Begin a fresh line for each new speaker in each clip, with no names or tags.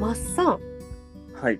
マッサン
はい。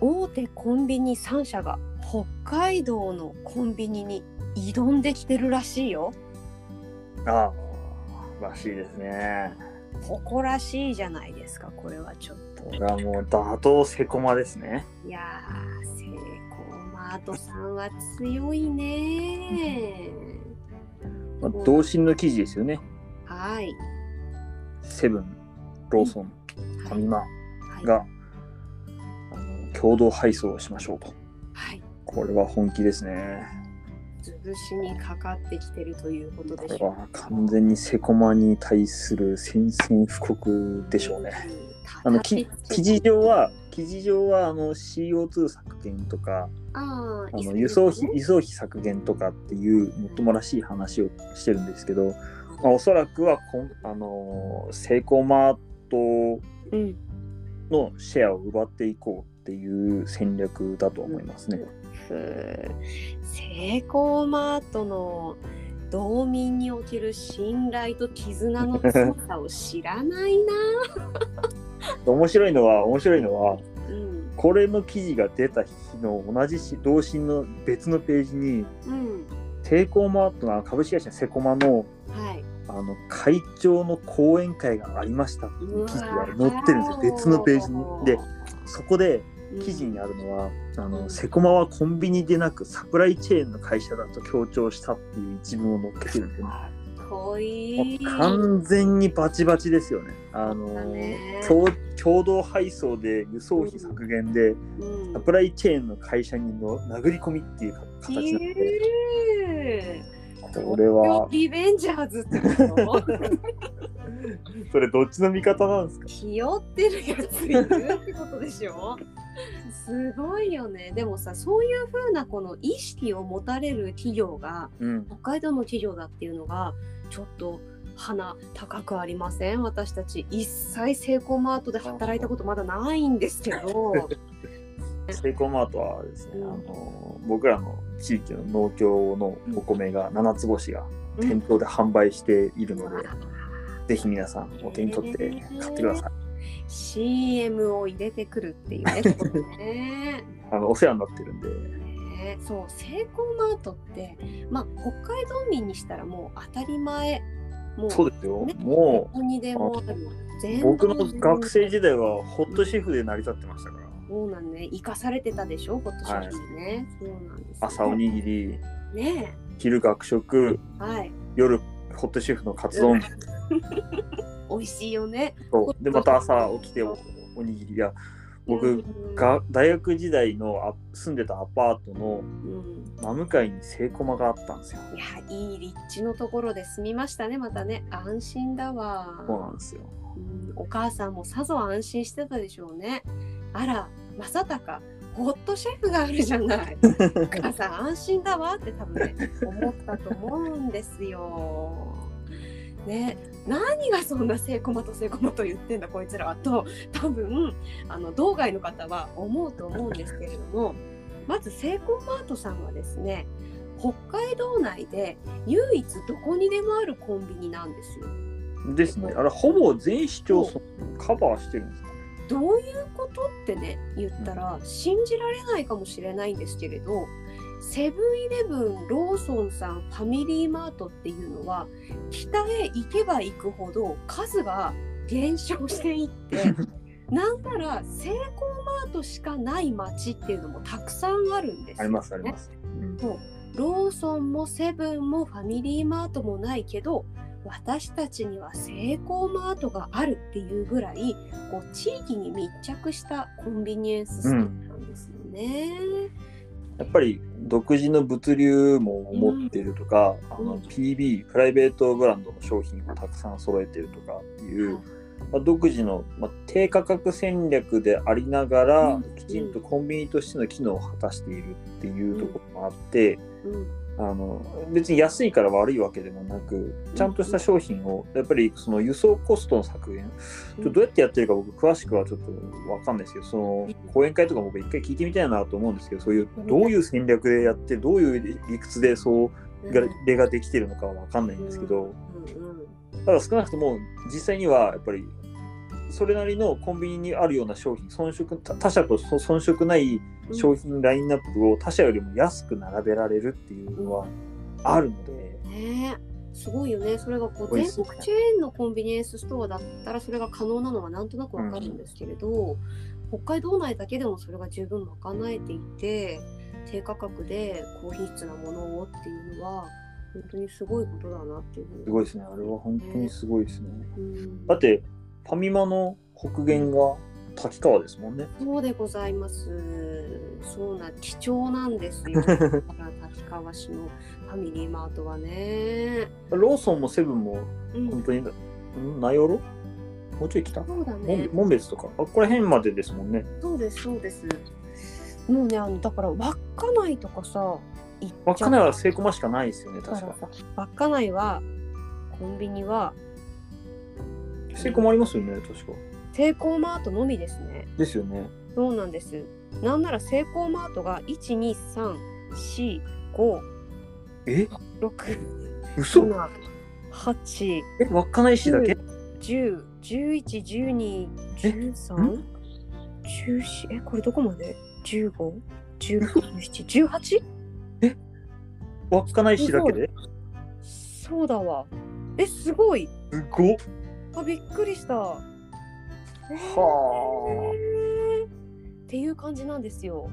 大手コンビニ3社が北海道のコンビニに挑んできてるらしいよ
ああ、らしいですね。
誇らしいじゃないですかこれはちょっ
ことれはもう打倒セコマですね。
いやーセイコーマートさんは強いね
まあ同心の記事ですよね。
はい
セブン、ローソン、ファ
はい
ミマ
はい
が、あの共同配送をしましょうと。
はい
これは本気ですね。
潰しにかかってきてるということ
こ
で
れ
しょう
は完全にセコマに対する宣戦布告でしょうね。あのき記事上は記事上はあの CO2 削減とか
あ
あ
ー
の輸
い
送
いです
費
ね
輸送費削減とかっていうもっともらしい話をしてるんですけど、まあ、おそらくはこんあのーセイコーマート
うん
のシェアを奪っていこうっていう戦略だと思いますね。
セイコーマートの道民における信頼と絆の強さを知らないな。
面白いのは面白いのは
うん、
これの記事が出た日の同じし同心の別のページに
うん、
セイコーマートの株式会社セコマの
はい。
あの会長の講演会がありましたっていう記事が載ってるんですよ別のページに。でそこで記事にあるのは、あ
う
の
ん
セコマはコンビニでなくサプライチェーンの会社だと強調したっていう一文を載っけてるんですよね。
かっこいい。
完全にバチバチですよね。あ
そうだ
の
ね
共共同配送で輸送費削減で
うん
サプライチェーンの会社にの殴り込みっていうか形なので
えー
これは
リベンジャーズってこと
それどっちの味方なんですか
ひよってるやついるってことでしょすごいよねでもさそういう風なこの意識を持たれる企業が
うん
北海道の企業だっていうのがちょっと鼻高くありません私たち一切セイコーマートで働いたことまだないんですけど
セイコーマートはですね、
うん
あの僕らの地域の農協のお米が七つ星が店頭で販売しているので、ぜひ皆さんお手に取って買ってください。
CM を入れてくるっていうねこれね。
あのお世話になってるんで、
ねそうセイコーマートって、まあ、北海道民にしたらもう当たり前もう
そうですよ。
ね
も
どこにでもある
う
全
僕の学生時代はホットシェフで成り立ってましたから、
そうなんね生かされてたでしょ今年はね、そうなんですよ
朝おにぎり、
ね
昼学食、
えはい
夜ホットシェフのカツ丼
美味しいよね
と、でまた朝起きておおにぎりや、僕
が、
が大学時代のあ住んでたアパートの
うん、
真向かいにセイコマがあったんですよ。
いやいい立地のところで住みましたねまたね安心だわ
そうなんですよ。
うんお母さんもさぞ安心してたでしょうねあらまさたかホットシェフがあるじゃないお母さん安心だわって多分ね思ったと思うんですよね、何がそんなセイコマとセイコマと言ってんだこいつらはと多分あの道外の方は思うと思うんですけれどもまずセイコーマートさんはですね北海道内で唯一どこにでもあるコンビニなんですよ。
ですね。あれ、ほぼ全市町村カバーしてるんですか
どういうことってね言ったら信じられないかもしれないんですけれどセブンイレブンローソンさんファミリーマートっていうのは北へ行けば行くほど数が減少していってなんならセイコーマートしかない街っていうのもたくさんあるんです
あ
よ
ります、あり
ね
ます。うん
ローソンもセブンもファミリーマートもないけど私たちにはセイコーマートがあるっていうぐらいこう地域に密着したコンビニエンスストアなんですよね。
やっぱり独自の物流も持ってるとか、あ
う
の
ん
PB プライベートブランドの商品をたくさん揃えてるとかっていう、
はい
まあ、独自の、まあ、低価格戦略でありながら、
うん
きちんとコンビニとしての機能を果たしているっていうところもあって、
うん
あの別に安いから悪いわけでもなくちゃんとした商品をやっぱりその輸送コストの削減ちょっとどうやってやってるか僕詳しくはちょっとわかんないですけどその講演会とか僕一回聞いてみたいなと思うんですけどそういうどういう戦略でやってどういう理屈でそう
うん
が例ができてるのかはわかんないんですけど
うんうん
ただ少なくとも実際にはやっぱりそれなりのコンビニにあるような商品遜色他他社とそ遜色ない商品ラインナップを他社よりも安く並べられるっていうのはあるので、
ねえすごいよねそれがこう
美
全
味しい
国チェーンのコンビニエンスストアだったらそれが可能なのはなんとなくわかるんですけれど、北海道内だけでもそれが十分賄えていて低価格で高品質なものをっていうのは本当にすごいことだなっていうふうに
すごいですねあれは本当にすごいですね。
うん
だってファミマの北限が滝川ですもんね。
そうでございます。そうな貴重なんです よ。だから滝川市のファミリーマートはね。
ローソンもセブンも
うん
本当に、うん、名寄もうちょい北
そうだ
門
ね。
門別とかあこら辺までですもんね。
そうですそうです。もうねあのだから稚内とかさ行っちゃ
稚
う
内はセイコマしかないですよね
か
確
ら
か。
さ稚内はコンビニは
セイコマありますよね確か。
セイコーマートのみですね。
ですよね。
そうなんです。なんならセイコーマートが1 2 3 4 5
え
6
嘘
7 8
え稚内市だけ、
10、11、12、13、14、え、これどこまで ?15、16、17、18?
稚内市だけで
そうだわ。え、すごい。
すごっ
あ、びっくりした。は
は
っていう感じなんですよ。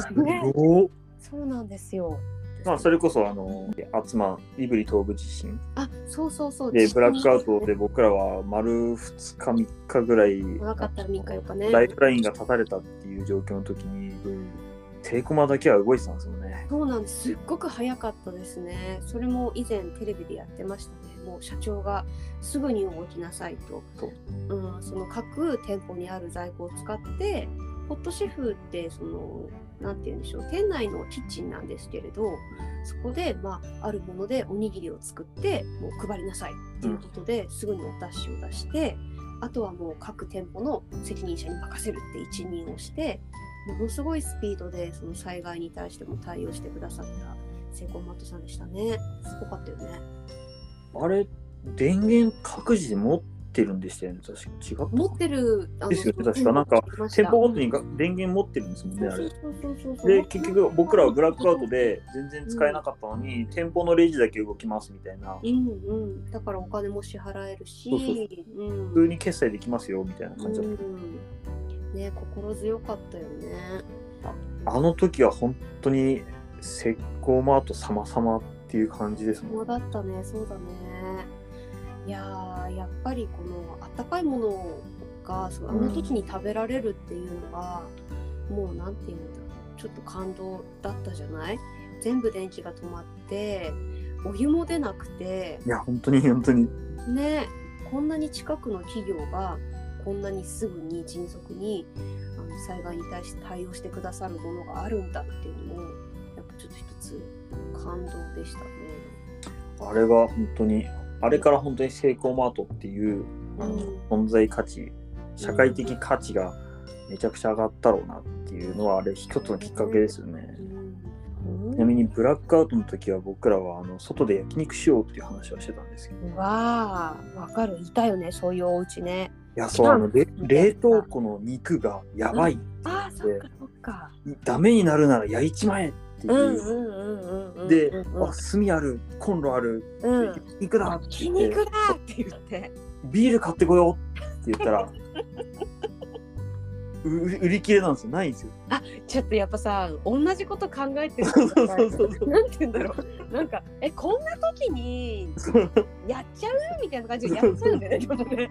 すごっ
そうなんですよ。
まあそれこそあの集ま胆振東部地震
あ、そうそうそう。
でブラックアウトで僕らは丸2日3日ぐらい
長かったら3日4日ね。
ライフラインが断たれたっていう状況の時に
うん
テイコマだけは動いてたんですよね。
そうなんです。すっごく早かったですね。それも以前テレビでやってましたね。もう社長がすぐに動きなさいと。、
そう
ん、その各店舗にある在庫を使って、ホットシェフってそのなんて言うんでしょう。店内のキッチンなんですけれど、そこでまああるものでおにぎりを作ってもう配りなさいっていうことで、すぐにお達しを出して。あとはもう各店舗の責任者に任せるって一任をしてものすごいスピードでその災害に対しても対応してくださったセイコーマットさんでしたねすごかったよね
あれ電源各自で持ってるんでしたよね確か違う
持ってるあ
ですよね確かなんか店舗ごとにが電源持ってるんですもん
そ
ね
う
あ
そう
れ。
そうそうそう
で結局僕らはブラックアウトで全然使えなかったのに、店舗のレジだけ動きますみたいな
うんうんだからお金も支払えるし
そうそう
うん
普通に決済できますよみたいな感じだっ
うんね心強かったよね
た、あの時は本当に石膏マート様々っていう感じですも
そうだ
ん
ったねそうだねいやーやっぱりこのあったかいものがそのあ
うん
の時に食べられるっていうのが、もうなんていうんだろうちょっと感動だったじゃない全部電気が止まってお湯も出なくて
いや本当に本当に
ねこんなに近くの企業がこんなにすぐに迅速にあの災害に対して対応してくださるものがあるんだっていうのもやっぱちょっと一つ感動でしたね。
あれは本当にあれから本当にセイコーマートっていうあの
うん
存在価値社会的価値がめちゃくちゃ上がったろうなっていうのはあれ一つのきっかけですよね。ちなみにブラックアウトの時は僕らはあの外で焼肉しようっていう話はしてたんですけど、い
わあ、わかる。いたよね、そういうお家ね。
やそうあのれ冷凍庫の肉がやばい、
ああ、
そっ
か、そっか。
ダメになるなら焼いちまえっていうう。
んうんうんうんうん。
で、
うん
あ炭あるコンロある
うん。
肉だって
筋
言って
肉だって言って。
ビール買ってこようって言ったら う売り切れなんですよないんですよ
ちょっとやっぱさ、同じこと考えてるからさ。
そうそうそうそう
なんて言うんだろう。なんか、え、こんな時に
そう
やっちゃうみたいな感じでやっちゃうんだよね、 ちょっとね。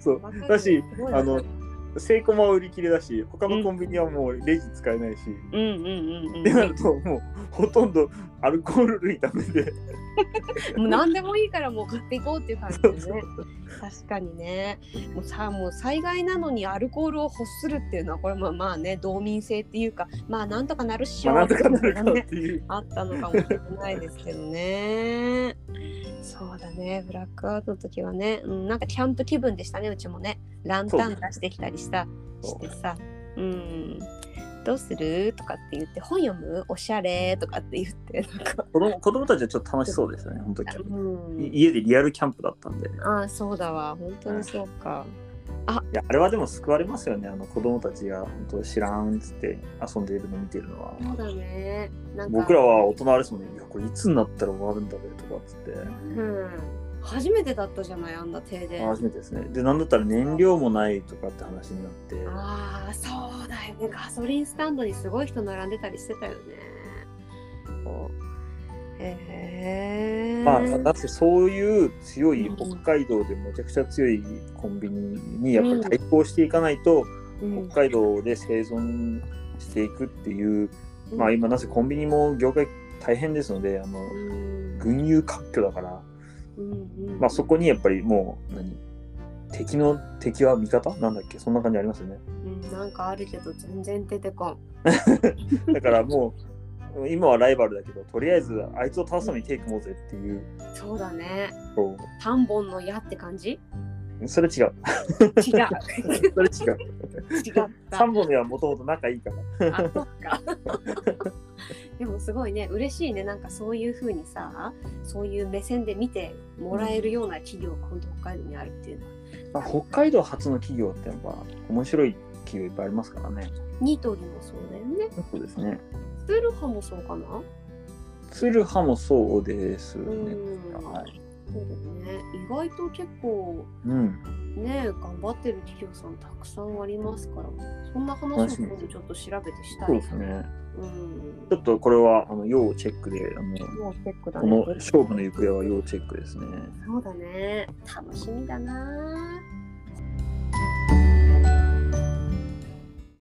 そう
わかる
だし、
すごい
あ
わか
の
る
セイコマは売り切れだし他のコンビニはもうレジ使えないし、
うんうんうん
ってな
う
るともうほとんどアルコール類ダメで
ん。もう何でもいいからもう買っていこうっていう感じでね。確かにねもうさもう災害なのにアルコールを欲するっていうのはこれもまあね道民性っていうかまあなんとかなるっし
ま
ょ
あなんとかなる
みた
か
いなね
っていう
あったのかもしれないですけどね そうだねブラックアウトの時はね、うん、なんかキャンプ気分でしたねうちもねランタン出してきたりした
そ
し
う
てさうんどうするとかって言って本読むおしゃれとかって言ってなんか、
子供子供たちはちょっと楽しそうですよね本当に
うん
い家でリアルキャンプだったんで
ああそうだわ本当にそうか、あ
いやあれはでも救われますよねあの子供たちが本当知らんっつって遊んでいるの見てるのは
そうだね。なんか
僕らは大人あれですもんねいやこれいつになったら終わるんだろうとかっつって
うん。初めてだったじゃない、あんな停電。
初めてですねでなんだったら燃料もないとかって話になって
ああ、そうだよね。ガソリンスタンドにすごい人並んでたりしてたよね。こうへえ。
まあ、だってそういう強い北海道でめちゃくちゃ強いコンビニにやっぱり対抗していかない
う
と、
ん
北海道で生存していくっていう、まあ、今なぜコンビニも業界大変ですのであの
うん
群雄割拠だから、
うんうん
まあ、そこにやっぱりもう何敵の敵は味方なんだっけそんな感じありますよね
うんなんかあるけど全然出てこん。
だからもう今はライバルだけどとりあえずあいつを倒すために手組もうぜっていう
そうだね。
こ
三本の矢って感じ？
うそれ 違う
違う。
それ
違
違う
った。
3本目はもともと仲いいから
あそっか でもすごいね嬉しいねなんかそういう風にさそういう目線で見てもらえるような企業が本当北海道にあるっていうのは
まあ、北海道初の企業ってやっぱ面白い企業いっぱいありますからね。
ニトリもそうだよね
そうですね。
ツルハもそうかな
鶴羽もそうですね。
うん
はい。
そうだよね意外と結構
うん。
ね頑張ってる企業さんたくさんありますからそんな話を今度ちょっと調べてしたい
そうですね。
うん
ちょっとこれはあの要チェックで、あの
もう結構だ
こ
ね
の勝負の行方は要チェックですね。
そうだね楽しみだな